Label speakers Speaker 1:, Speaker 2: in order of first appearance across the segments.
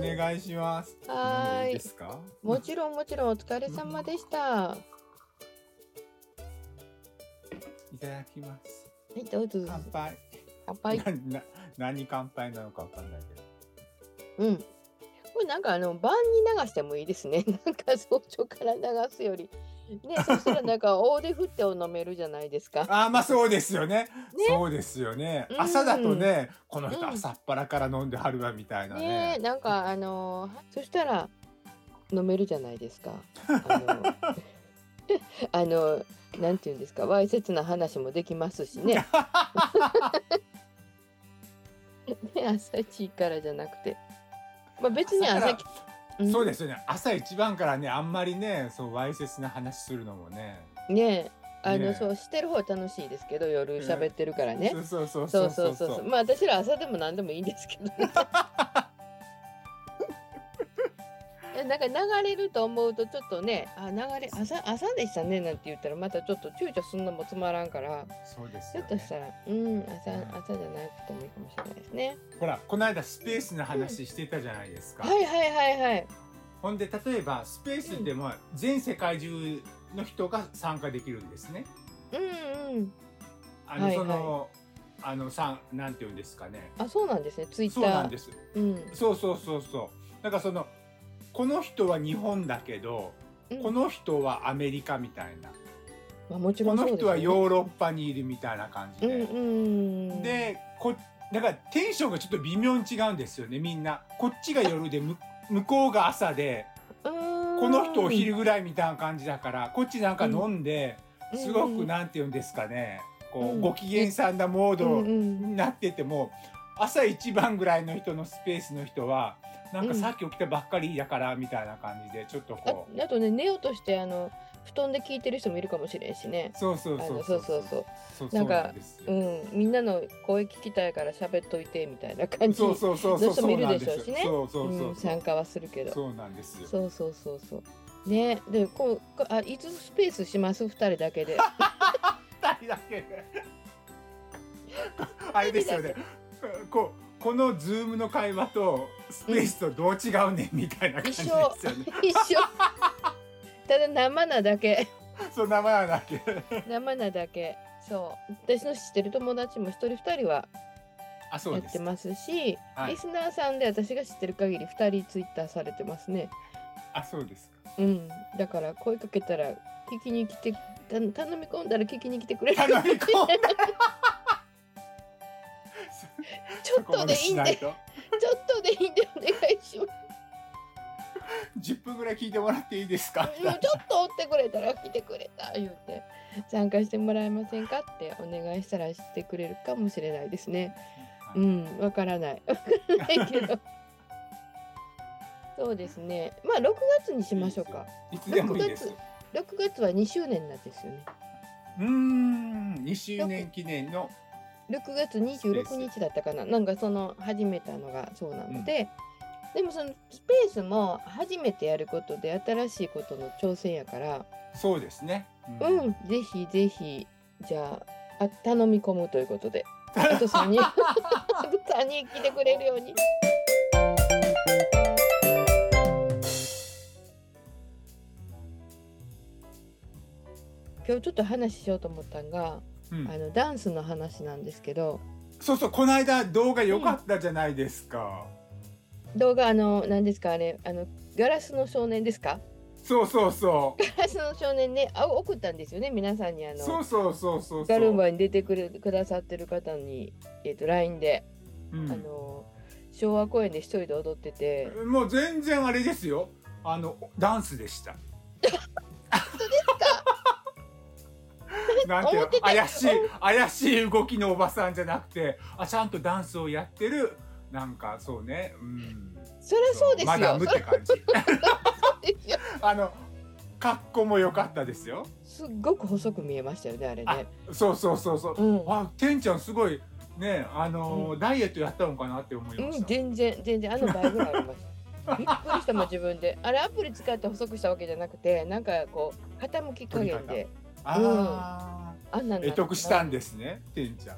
Speaker 1: 願いします。
Speaker 2: はーい
Speaker 1: いいですか
Speaker 2: もちろんもちろんお疲れ様でした。はい
Speaker 1: ただきます。
Speaker 2: い、どうぞ。
Speaker 1: 乾杯。
Speaker 2: 乾杯。
Speaker 1: なな何乾杯なのかわかんないけど。
Speaker 2: うん。これなんかあの晩に流してもいいですね。 なんか早朝から流すより。ね、そしたらなんか大手振ってを飲めるじゃないですか。
Speaker 1: あーまあそうですよねそうですよね
Speaker 2: うん
Speaker 1: 朝だとねこの
Speaker 2: うん
Speaker 1: 人朝っぱらから飲んではるわみたいな
Speaker 2: ね
Speaker 1: ね
Speaker 2: えなんかあのーそしたら飲めるじゃないです か。あの あのなんていうんですかわいせつな話もできます しね。ね朝一からじゃなくて、まあ別に朝
Speaker 1: 朝
Speaker 2: き
Speaker 1: か
Speaker 2: ん
Speaker 1: そうですよね朝一番からねあんまりねそうわいせつな話するのもね
Speaker 2: ねえあの、
Speaker 1: ねえ
Speaker 2: そうしてる方は楽しいですけど夜喋ってるからね。
Speaker 1: そうそうそう
Speaker 2: そ
Speaker 1: そうう
Speaker 2: そ
Speaker 1: そ
Speaker 2: そう
Speaker 1: ううそ
Speaker 2: そう
Speaker 1: う
Speaker 2: まあ私ら朝でも何でもいいんですけど、 ね、いやなんか流れると思うとちょっとねあ流れ朝朝でしたねなんて言ったらまたちょっと躊躇すんのもつまらんから
Speaker 1: そうです
Speaker 2: ちょ
Speaker 1: よ
Speaker 2: っとし
Speaker 1: ね
Speaker 2: たらうん朝朝じゃないこともいいかもしれないですね
Speaker 1: ほらこの間スペースの話してたじゃないですか
Speaker 2: はいはいはいはい
Speaker 1: ほんで例えばスペースでも全世界中の人が参加できるんですね
Speaker 2: うんうん
Speaker 1: あの
Speaker 2: はい
Speaker 1: そのあのさんなんて言うんですかね
Speaker 2: あそうなんですねツイッター
Speaker 1: そうなんです
Speaker 2: うん
Speaker 1: そうそうそうそうなんかそのこの人は日本だけど、
Speaker 2: うん
Speaker 1: この人はアメリカみたいな
Speaker 2: まあ、もちろ
Speaker 1: こ
Speaker 2: んそ
Speaker 1: の
Speaker 2: うです
Speaker 1: 人
Speaker 2: よ
Speaker 1: は
Speaker 2: ね
Speaker 1: ヨーロッパにいるみたいな感じ
Speaker 2: うん
Speaker 1: で、
Speaker 2: うんうん
Speaker 1: でこだからテンションがちょっと微妙に違うんですよねみんなこっちが夜でむ向こうが朝で
Speaker 2: こ
Speaker 1: この人お昼ぐらいみたいな感じだからこっちなんか飲んで、すごくなんて言うんですかねこ
Speaker 2: う
Speaker 1: うんご機嫌さんなモード、
Speaker 2: うんうん
Speaker 1: になってても朝一番ぐらいの人のスペースの人はなんかさっき起きたばっかりだからみたいな感じでちょっとこう、
Speaker 2: ああとね寝ようとしてあの布団で聞いてる人もいるかもしれんしね
Speaker 1: そうそうそう
Speaker 2: あのそうそう
Speaker 1: そう
Speaker 2: なんか
Speaker 1: んですよ
Speaker 2: うんみんなの声聞きたいから喋っといてみたいな感じ
Speaker 1: そうそうそう
Speaker 2: ず
Speaker 1: そ
Speaker 2: っ
Speaker 1: う
Speaker 2: と
Speaker 1: そ
Speaker 2: 見
Speaker 1: う
Speaker 2: る
Speaker 1: なん
Speaker 2: でし
Speaker 1: で
Speaker 2: ょう
Speaker 1: す
Speaker 2: し
Speaker 1: よ
Speaker 2: ね
Speaker 1: そうそうそううん
Speaker 2: 参加はするけど
Speaker 1: そうなんですよ
Speaker 2: そうそうそうそうねでこうこあいつスペースします2人だけ で
Speaker 1: 二人だけ であれですよねこうこのズームの会話とスペースとどう違うねんみたいな感じですよね、
Speaker 2: 一緒ただ生なだけ
Speaker 1: そう名前はだけ
Speaker 2: 生なだけそう私の知ってる友達も1人2人は
Speaker 1: あそ
Speaker 2: や
Speaker 1: う
Speaker 2: っ
Speaker 1: で
Speaker 2: て
Speaker 1: す
Speaker 2: ますし
Speaker 1: はい
Speaker 2: リスナーさんで私が知ってる限り2人ツイッターされてますね
Speaker 1: あそうですか
Speaker 2: うん、だから声かけたら聞きに来てた頼み込んだら聞きに来て くれる
Speaker 1: 頼み込んだ
Speaker 2: ちょっとでいいん
Speaker 1: そこまし
Speaker 2: で
Speaker 1: と
Speaker 2: ちょっとでいいんでお願いします
Speaker 1: 10分ぐらい聞いてもらっていいで すか
Speaker 2: もうちょっと追ってくれたら来てくれた言うて参加してもらえませんかってお願いしたらしてくれるかもしれないですねうんわからないわからないけ どそうですねまあ6月にしましょうか
Speaker 1: いつでもいいです
Speaker 2: 66月は2周年なんですよね
Speaker 1: うーん2周年記念の
Speaker 2: 6月26日だったかななんかその始めたのがそうなので、でもそのスペースも初めてやることで新しいことの挑戦やから
Speaker 1: そうですねう
Speaker 2: うんぜひぜひじゃああ頼み込むということであと3人 あと3人来てくれるように今日ちょっと話しようと思ったんが、
Speaker 1: うん
Speaker 2: あのダンスの話なんですけど、
Speaker 1: そうそうこの間動画良かったじゃないですか
Speaker 2: 動画あの何ですかあれあのガラスの少年ですか
Speaker 1: そうそうそう
Speaker 2: ガラスの少年ねあ送ったんですよね皆さんにあの
Speaker 1: そうそうそうそう
Speaker 2: ガルン
Speaker 1: そう
Speaker 2: バに出てくれくださってる方に、えっと LINE で、
Speaker 1: う
Speaker 2: あ
Speaker 1: ん
Speaker 2: の昭和公園で一人で踊ってて
Speaker 1: もう全然あれですよあのダンスでしたなんていう
Speaker 2: 思って
Speaker 1: の
Speaker 2: た
Speaker 1: 怪しい怪しい動きのおばさんじゃなくてあちゃんとダンスをやってるなんかそうねうん
Speaker 2: そりゃそうですよ
Speaker 1: マダムって感じ
Speaker 2: そうですよ
Speaker 1: あの格好も良かったですよ
Speaker 2: すっごく細く見えましたよねあれ
Speaker 1: あ
Speaker 2: ね
Speaker 1: そうそうそうそう、
Speaker 2: うん、
Speaker 1: あてんちゃんすごいねあのーダイエットやったのかなって思いま
Speaker 2: う
Speaker 1: し
Speaker 2: ん、
Speaker 1: た、
Speaker 2: 全然全然あの倍ぐらいありま したびっくりしたもん自分であれアプリ使って細くしたわけじゃなくてなんかこう傾き加減で
Speaker 1: ああ
Speaker 2: あんなん
Speaker 1: 得得した
Speaker 2: ん
Speaker 1: んですねてんちゃん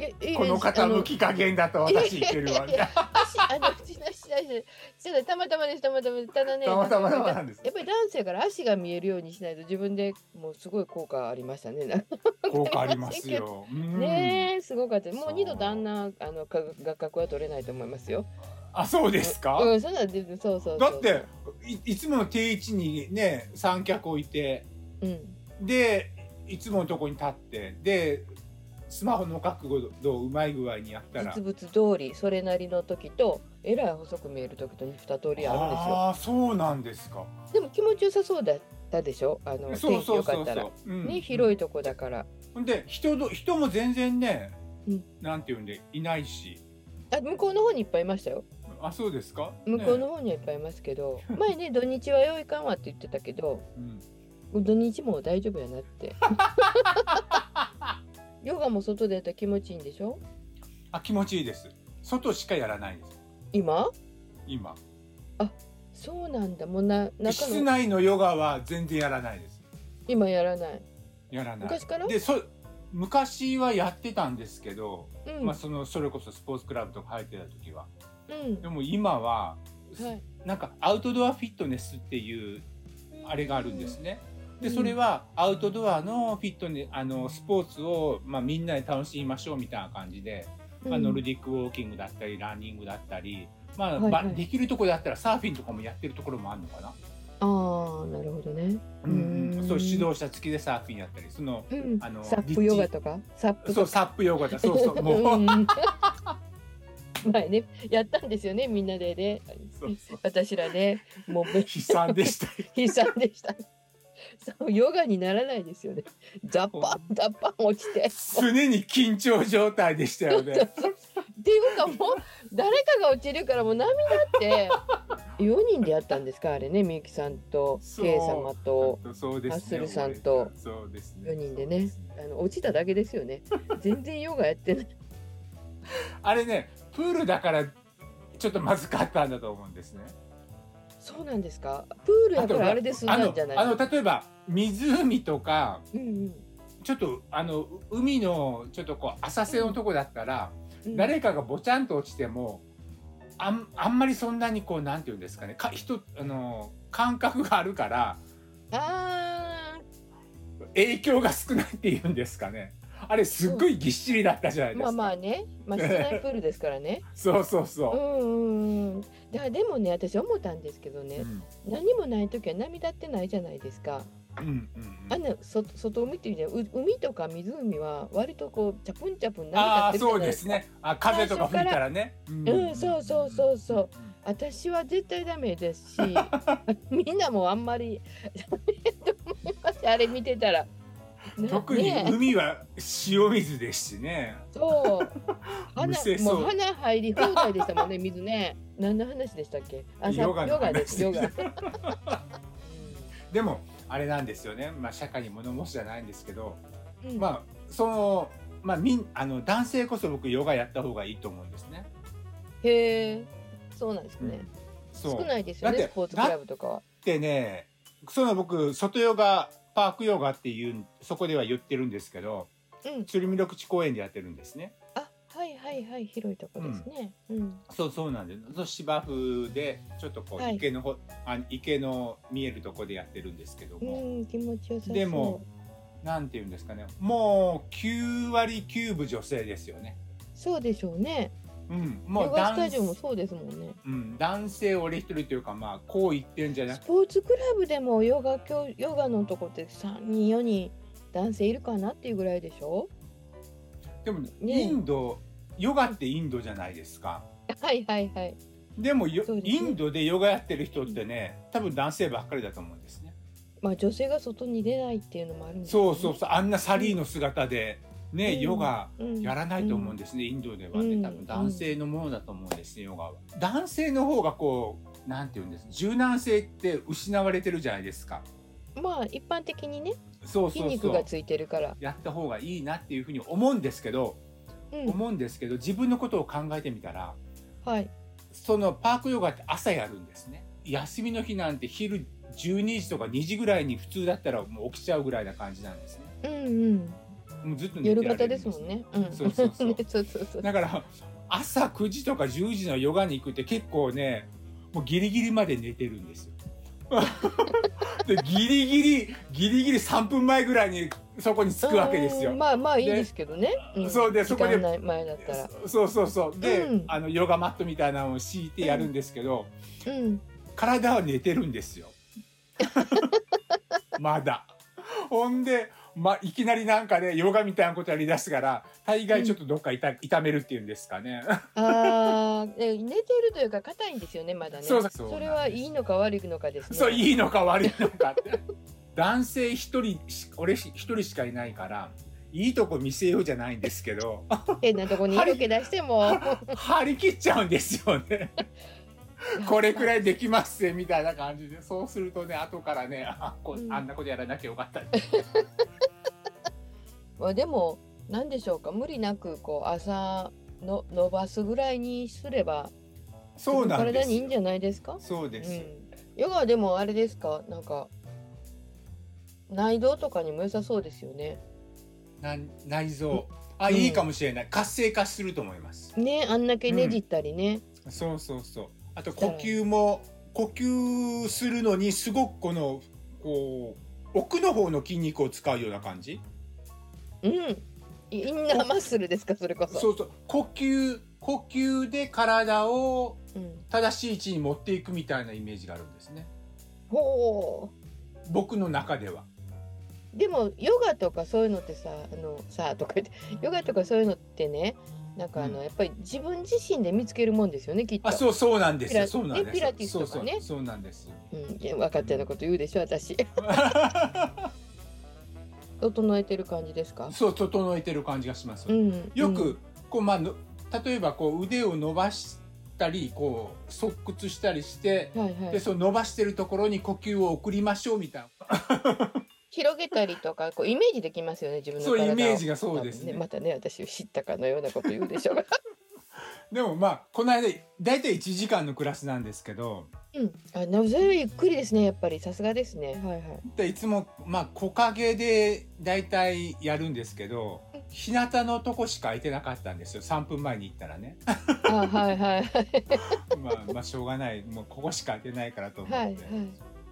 Speaker 2: ええ
Speaker 1: この傾き加減だと私いけるわみた いな
Speaker 2: あの足あの口の下でちょっとたまたまですたまたまですただね
Speaker 1: たまたまたま
Speaker 2: や
Speaker 1: な
Speaker 2: っ
Speaker 1: んです
Speaker 2: ぱり男性から足が見えるようにしないと自分でもうすごい効果ありましたねなんか
Speaker 1: 効果ありますよ、う ん
Speaker 2: ねえすごかったも
Speaker 1: そう
Speaker 2: う二度とあんなあのか学学は取れないと思いますよ
Speaker 1: あそうですか、
Speaker 2: うんそんなんでそうそうそう
Speaker 1: だっていいつもの定位置にね三脚置いて
Speaker 2: うん
Speaker 1: でいつものとこに立ってでスマホの角度をうまい具合にやったら
Speaker 2: 実物通りそれなりの時とえらい細く見える時と二通りあるんですよ
Speaker 1: ああそうなんですか
Speaker 2: でも気持ちよさそうだったでしょあの
Speaker 1: そう
Speaker 2: 天気
Speaker 1: そう
Speaker 2: 良か
Speaker 1: そ
Speaker 2: っ
Speaker 1: う
Speaker 2: たら
Speaker 1: そう、うん
Speaker 2: ね広いとこだから
Speaker 1: ほんで人ど人も全然ね、
Speaker 2: うん
Speaker 1: なんていうんでいないし
Speaker 2: あ向こうの方にいっぱいいましたよ
Speaker 1: あそうですか
Speaker 2: 向こうの
Speaker 1: ね
Speaker 2: 方にはいっぱいいますけど、前ね土日は用意緩和って言ってたけど
Speaker 1: うん
Speaker 2: 土日も大丈夫やなって ヨガも外でやったら気持ちいいんでしょ
Speaker 1: あ気持ちいいです外しかやらないです
Speaker 2: 今
Speaker 1: 今
Speaker 2: そうなんだもうな中
Speaker 1: 室
Speaker 2: の
Speaker 1: 内のヨガは全然やらないです
Speaker 2: 今やらない
Speaker 1: やらない
Speaker 2: 昔から
Speaker 1: でそ昔はやってたんですけど、
Speaker 2: うん、
Speaker 1: まあ、そのそれこそスポーツクラブとか入ってた時は
Speaker 2: うん
Speaker 1: でも今は、
Speaker 2: はい
Speaker 1: なんかアウトドアフィットネスっていうあれがあるんですね。で
Speaker 2: うん
Speaker 1: それはアウトドアのフィットネあのスポーツを、まあ、みんなで楽しみましょうみたいな感じで、
Speaker 2: うん
Speaker 1: まあ、ノルディックウォーキングだったりランニングだったり、まあ
Speaker 2: はいはい
Speaker 1: ばできるところだったらサーフィンとかもやってるところもあるのかな、
Speaker 2: ああなるほどね
Speaker 1: うん
Speaker 2: うん
Speaker 1: そう指導者付きでサーフィンやったりその
Speaker 2: うん
Speaker 1: あの
Speaker 2: サップヨガとかサップ
Speaker 1: そ
Speaker 2: と
Speaker 1: う
Speaker 2: か
Speaker 1: サップヨガだそうそうもう
Speaker 2: ん 前ねやったんですよねみんなでね
Speaker 1: そうそう
Speaker 2: 私らねもうめ
Speaker 1: 悲惨でした
Speaker 2: 悲惨でした。そうヨガにならないですよね。ザッパンザッパン落ちて。
Speaker 1: 常に緊張状態でしたよね。
Speaker 2: っていうかもう誰かが落ちるからもう涙って。4人でやったんですかあれねみゆきさんと
Speaker 1: そう
Speaker 2: K 様と
Speaker 1: そうです
Speaker 2: ハ
Speaker 1: ね
Speaker 2: ッスルさんと
Speaker 1: そうですね
Speaker 2: 4人でね
Speaker 1: そうです
Speaker 2: あの落ちただけですよね全然ヨガやってない
Speaker 1: あれねプールだからちょっとまずかったんだと思うんですね
Speaker 2: そうなんですかプールやからあれで済ん
Speaker 1: あ
Speaker 2: だ
Speaker 1: の
Speaker 2: んじゃない
Speaker 1: あの例えば湖とか
Speaker 2: うんうん
Speaker 1: ちょっとあのう海のちょっとこう浅瀬のとこだったら、
Speaker 2: うん、
Speaker 1: 誰かがぼちゃんと落ちてもあんあんまりそんなにこうなんていうんですかねか人あの感覚があるから
Speaker 2: あ
Speaker 1: 影響が少ないっていうんですかねあれすっごいぎっしりだったじゃない
Speaker 2: ー
Speaker 1: で
Speaker 2: まあ
Speaker 1: すか、
Speaker 2: まあねまあ室内プールですから ね
Speaker 1: そうそうそうう、
Speaker 2: んうんうんだからでもね私思ったんですけどね、
Speaker 1: うん
Speaker 2: 何もない時は涙ってないじゃないですか。
Speaker 1: うんうんうん
Speaker 2: あんなそ外海っていうじゃんう海とか湖は割とこうチャプンチャプン涙
Speaker 1: ああ
Speaker 2: 出るじ
Speaker 1: そ
Speaker 2: ゃな
Speaker 1: う
Speaker 2: いで
Speaker 1: ですす
Speaker 2: か。
Speaker 1: ね。あ風とか吹いたらね。う
Speaker 2: うんそうそうそうそう。私は絶対ダメですし みんなもあんまりダメと思いますあれ見てたら。な
Speaker 1: 特に
Speaker 2: ね
Speaker 1: 海は塩水ですしね。
Speaker 2: そう
Speaker 1: む
Speaker 2: 花
Speaker 1: せそう
Speaker 2: もう花入り放題でしたもんね水ね。何の話でしたっけ？あさ
Speaker 1: ヨガの
Speaker 2: ヨガです
Speaker 1: 話
Speaker 2: ヨガ。 うん
Speaker 1: でもあれなんですよね。まあ社会に物申しじゃないんですけど、
Speaker 2: うん
Speaker 1: まあそのまあみんあの男性こそ僕ヨガやった方がいいと思うんですね。
Speaker 2: へえそうなんですね。
Speaker 1: そ
Speaker 2: 少
Speaker 1: う。
Speaker 2: ないですよ
Speaker 1: だ
Speaker 2: ね
Speaker 1: って
Speaker 2: スポーツクラブとかは。
Speaker 1: でね、その僕外ヨガパークヨガっていうそこでは言ってるんですけど、
Speaker 2: うん。
Speaker 1: 鶴見緑地公園でやってるんですね。
Speaker 2: あはいはいはい広いとこですね。うん。
Speaker 1: そうそうなんです。その芝生でちょっとこ
Speaker 2: は
Speaker 1: う
Speaker 2: い
Speaker 1: 池のほ、あ池の見えるとこでやってるんですけども、
Speaker 2: うん気持ちよさそう。
Speaker 1: でもなんていうんですかね、もう9割9分女性ですよね。
Speaker 2: そうでしょうね。
Speaker 1: うん、も
Speaker 2: ヨ
Speaker 1: う
Speaker 2: ガスタ
Speaker 1: 男
Speaker 2: ジオもそうですもんね。
Speaker 1: うん、男性俺一人というかまあこう言ってんじゃな
Speaker 2: ス
Speaker 1: くて、
Speaker 2: ポーツクラブでもヨガ教ヨガのとこって三人四人男性いるかなっていうぐらいでしょ。
Speaker 1: でも
Speaker 2: え
Speaker 1: インド、ヨガってインドじゃないですか。
Speaker 2: はいはいはい。
Speaker 1: でもよ
Speaker 2: そうですね
Speaker 1: インドでヨガやってる人ってね、多分男性ばっかりだと思うんですね。
Speaker 2: まあ女性が外に出ないっていうのもあるんです
Speaker 1: そうそう
Speaker 2: そ
Speaker 1: そう、あんなサリーの姿でね、
Speaker 2: うん
Speaker 1: ヨガ。
Speaker 2: う。うん、
Speaker 1: やらないと思うんですね、インドではね多
Speaker 2: う
Speaker 1: 分
Speaker 2: ん
Speaker 1: 男性のものだと思うんですねヨガは。男性の方がこうなんて言うんです柔軟性って失われてるじゃないですか。
Speaker 2: まあ一般的にね
Speaker 1: そう
Speaker 2: 筋
Speaker 1: そう
Speaker 2: 肉
Speaker 1: そ
Speaker 2: が
Speaker 1: う
Speaker 2: ついてるから。
Speaker 1: やった方がいいなっていうふうに思うんですけど、
Speaker 2: うん。
Speaker 1: 思うんですけど自分のことを考えてみたら
Speaker 2: はい。
Speaker 1: そのパークヨガって朝やるんですね。休みの日なんて昼12時とか2時ぐらいに普通だったらもう起きちゃうぐらいな感じなんですね。
Speaker 2: うんうん。
Speaker 1: もうずっと寝て
Speaker 2: 夜
Speaker 1: られる
Speaker 2: 型ですもんね。うん。
Speaker 1: そうそうそう
Speaker 2: ねそうそうそう。
Speaker 1: だから朝9時とか10時のヨガに行くって結構ねもうギリギリまで寝てるんですよ。 でギリギリギリギリ3分前ぐらいにそこに着くわけです
Speaker 2: う
Speaker 1: よ
Speaker 2: ん。まあまあいい
Speaker 1: で
Speaker 2: ですけどね。ん
Speaker 1: そうでそこで
Speaker 2: 時間ない前だったら。
Speaker 1: そうそうそうで、
Speaker 2: うん
Speaker 1: あのヨガマットみたいなのを敷いてやるんですけど、
Speaker 2: うん。
Speaker 1: 体は寝てるんですよ まだほんで、ま、いきなりなんかねヨガみたいなことやりだすから大概ちょっとどっか痛,、痛めるっていうんですかね
Speaker 2: ああ、 ね寝てるというか硬いんですよねまだね。
Speaker 1: そうそうそう
Speaker 2: れはいいのか悪いのかですね。
Speaker 1: そういいのか悪いのかって男性一人し俺し一人しかいないからいいとこ見せようじゃないんですけど
Speaker 2: 変なとこに色気出しても。
Speaker 1: 張り切っちゃうんですよ ねこれくらいできますぜみたいな感じでそうするとね後からねあこ
Speaker 2: うん
Speaker 1: あんなことやらなきゃよかったって
Speaker 2: まあでも何でしょうか無理なくこう朝の伸ばすぐらいにすれば
Speaker 1: そうなんですよ
Speaker 2: 体にいいんじゃないですか。
Speaker 1: そう
Speaker 2: う
Speaker 1: ですよ、
Speaker 2: ん。ヨガはでもあれですかなんか内臓とかにも良さそうですよね。
Speaker 1: な内臓あ、
Speaker 2: うん
Speaker 1: いいかもしれない活性化すると思います
Speaker 2: ねあんだけねじったりね。
Speaker 1: そうそうそうあと呼吸も呼吸するのにすごくこのこう奥の方の筋肉を使うような感じ
Speaker 2: うん。インナーマッスルですかそれこそ。
Speaker 1: そうそう呼吸呼吸で体を
Speaker 2: うん。
Speaker 1: 正しい位置に持っていくみたいなイメージがあるんですね
Speaker 2: ほう。
Speaker 1: 僕の中では
Speaker 2: でもヨガとかそういうのってさあのさとか言ってヨガとかそういうのってねなんかあの、
Speaker 1: うん
Speaker 2: やっぱり自分自身で見つけるもんですよねきっと。
Speaker 1: あそうそうなんです
Speaker 2: ピラ
Speaker 1: よそうなんです
Speaker 2: ねピラティスとかね
Speaker 1: そうそうそうなんです
Speaker 2: うん、いや分かってなこと言うでしょ私。整えてる感じですか。
Speaker 1: そう整えてる感じがします
Speaker 2: うん。
Speaker 1: よく、こうまあの例えばこう腕を伸ばしたりこう側屈したりして
Speaker 2: うん。はいは
Speaker 1: で
Speaker 2: い。
Speaker 1: その伸ばしてるところに呼吸を送りましょうみたい
Speaker 2: 広げたりとかこうイメージできますよね自分
Speaker 1: な
Speaker 2: の
Speaker 1: そう
Speaker 2: 体を。
Speaker 1: いうイメージがそうです
Speaker 2: 多分
Speaker 1: ね
Speaker 2: またね私知ったかのようなこと言うでしょうが。
Speaker 1: でもまあこの間大体1時間のクラスなんですけど
Speaker 2: うん。あなそれはゆっくりですねやっぱりさすがですね。はいはい。
Speaker 1: でいつもまあ木陰で大体やるんですけど日向のとこしか空いてなかったんですよ3分前に行った らね
Speaker 2: あはいはいはい
Speaker 1: まあまあしょうがないもうここしか空いてないからと思って、
Speaker 2: はい。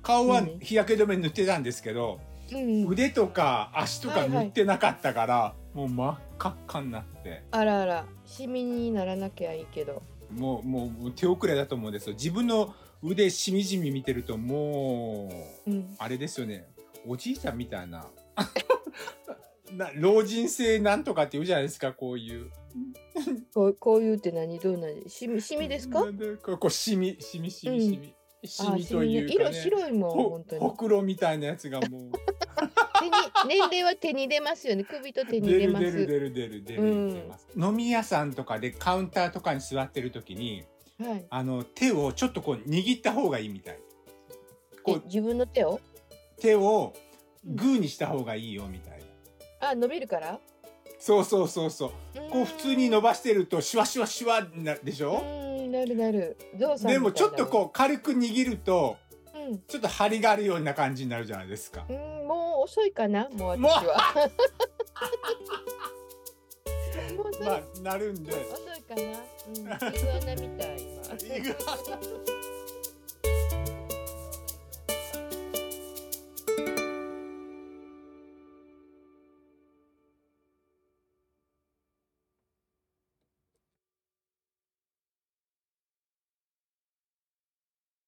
Speaker 1: 顔は
Speaker 2: うん
Speaker 1: 日焼け止め塗ってたんですけど、
Speaker 2: うん。
Speaker 1: 腕とか足とか塗ってなかったから、もう真っ赤っかになって
Speaker 2: あらあらシミにならなきゃいいけど。
Speaker 1: もうもうもう手遅れだと思うんですよ自分の腕しみじみ見てるともう
Speaker 2: うん。
Speaker 1: あれですよねおじいちゃんみたいな な老人性なんとかって言うじゃないですかこういう
Speaker 2: こうこういうって何どうなんシミシミですか？
Speaker 1: なんでこうこうシミシミシミシミ、シ
Speaker 2: あ
Speaker 1: ミというか、
Speaker 2: 色
Speaker 1: ね、
Speaker 2: 白いもん
Speaker 1: ほ
Speaker 2: 本当に
Speaker 1: ほくろみたいなやつがもう
Speaker 2: 手に年齢は手に出ますよね首と 手に
Speaker 1: 出
Speaker 2: 出
Speaker 1: る
Speaker 2: ます
Speaker 1: 出る出る出る出る出ます、飲み屋さんとかでカウンターとかに座ってる時に
Speaker 2: はい
Speaker 1: あの手をちょっとこう握った方がいいみたいこ
Speaker 2: え
Speaker 1: う
Speaker 2: 自分の手を
Speaker 1: 手をグーにした方がいいよみたいな、
Speaker 2: あ伸びるから
Speaker 1: そうそうそうそうこう普通に伸ばしてるとシュワシュワシュワになるでし
Speaker 2: う
Speaker 1: ょ、
Speaker 2: ーんなるなるゾウさん
Speaker 1: でもちょっと
Speaker 2: う
Speaker 1: こう軽く握ると
Speaker 2: うんう
Speaker 1: ちょっと張りがあるような感じになるじゃないですか、
Speaker 2: ーんもう遅いかなもう
Speaker 1: もう
Speaker 2: 私は もう遅い、
Speaker 1: まあなるんで
Speaker 2: 遅いかなうんイグアナみたい今
Speaker 1: イグアナ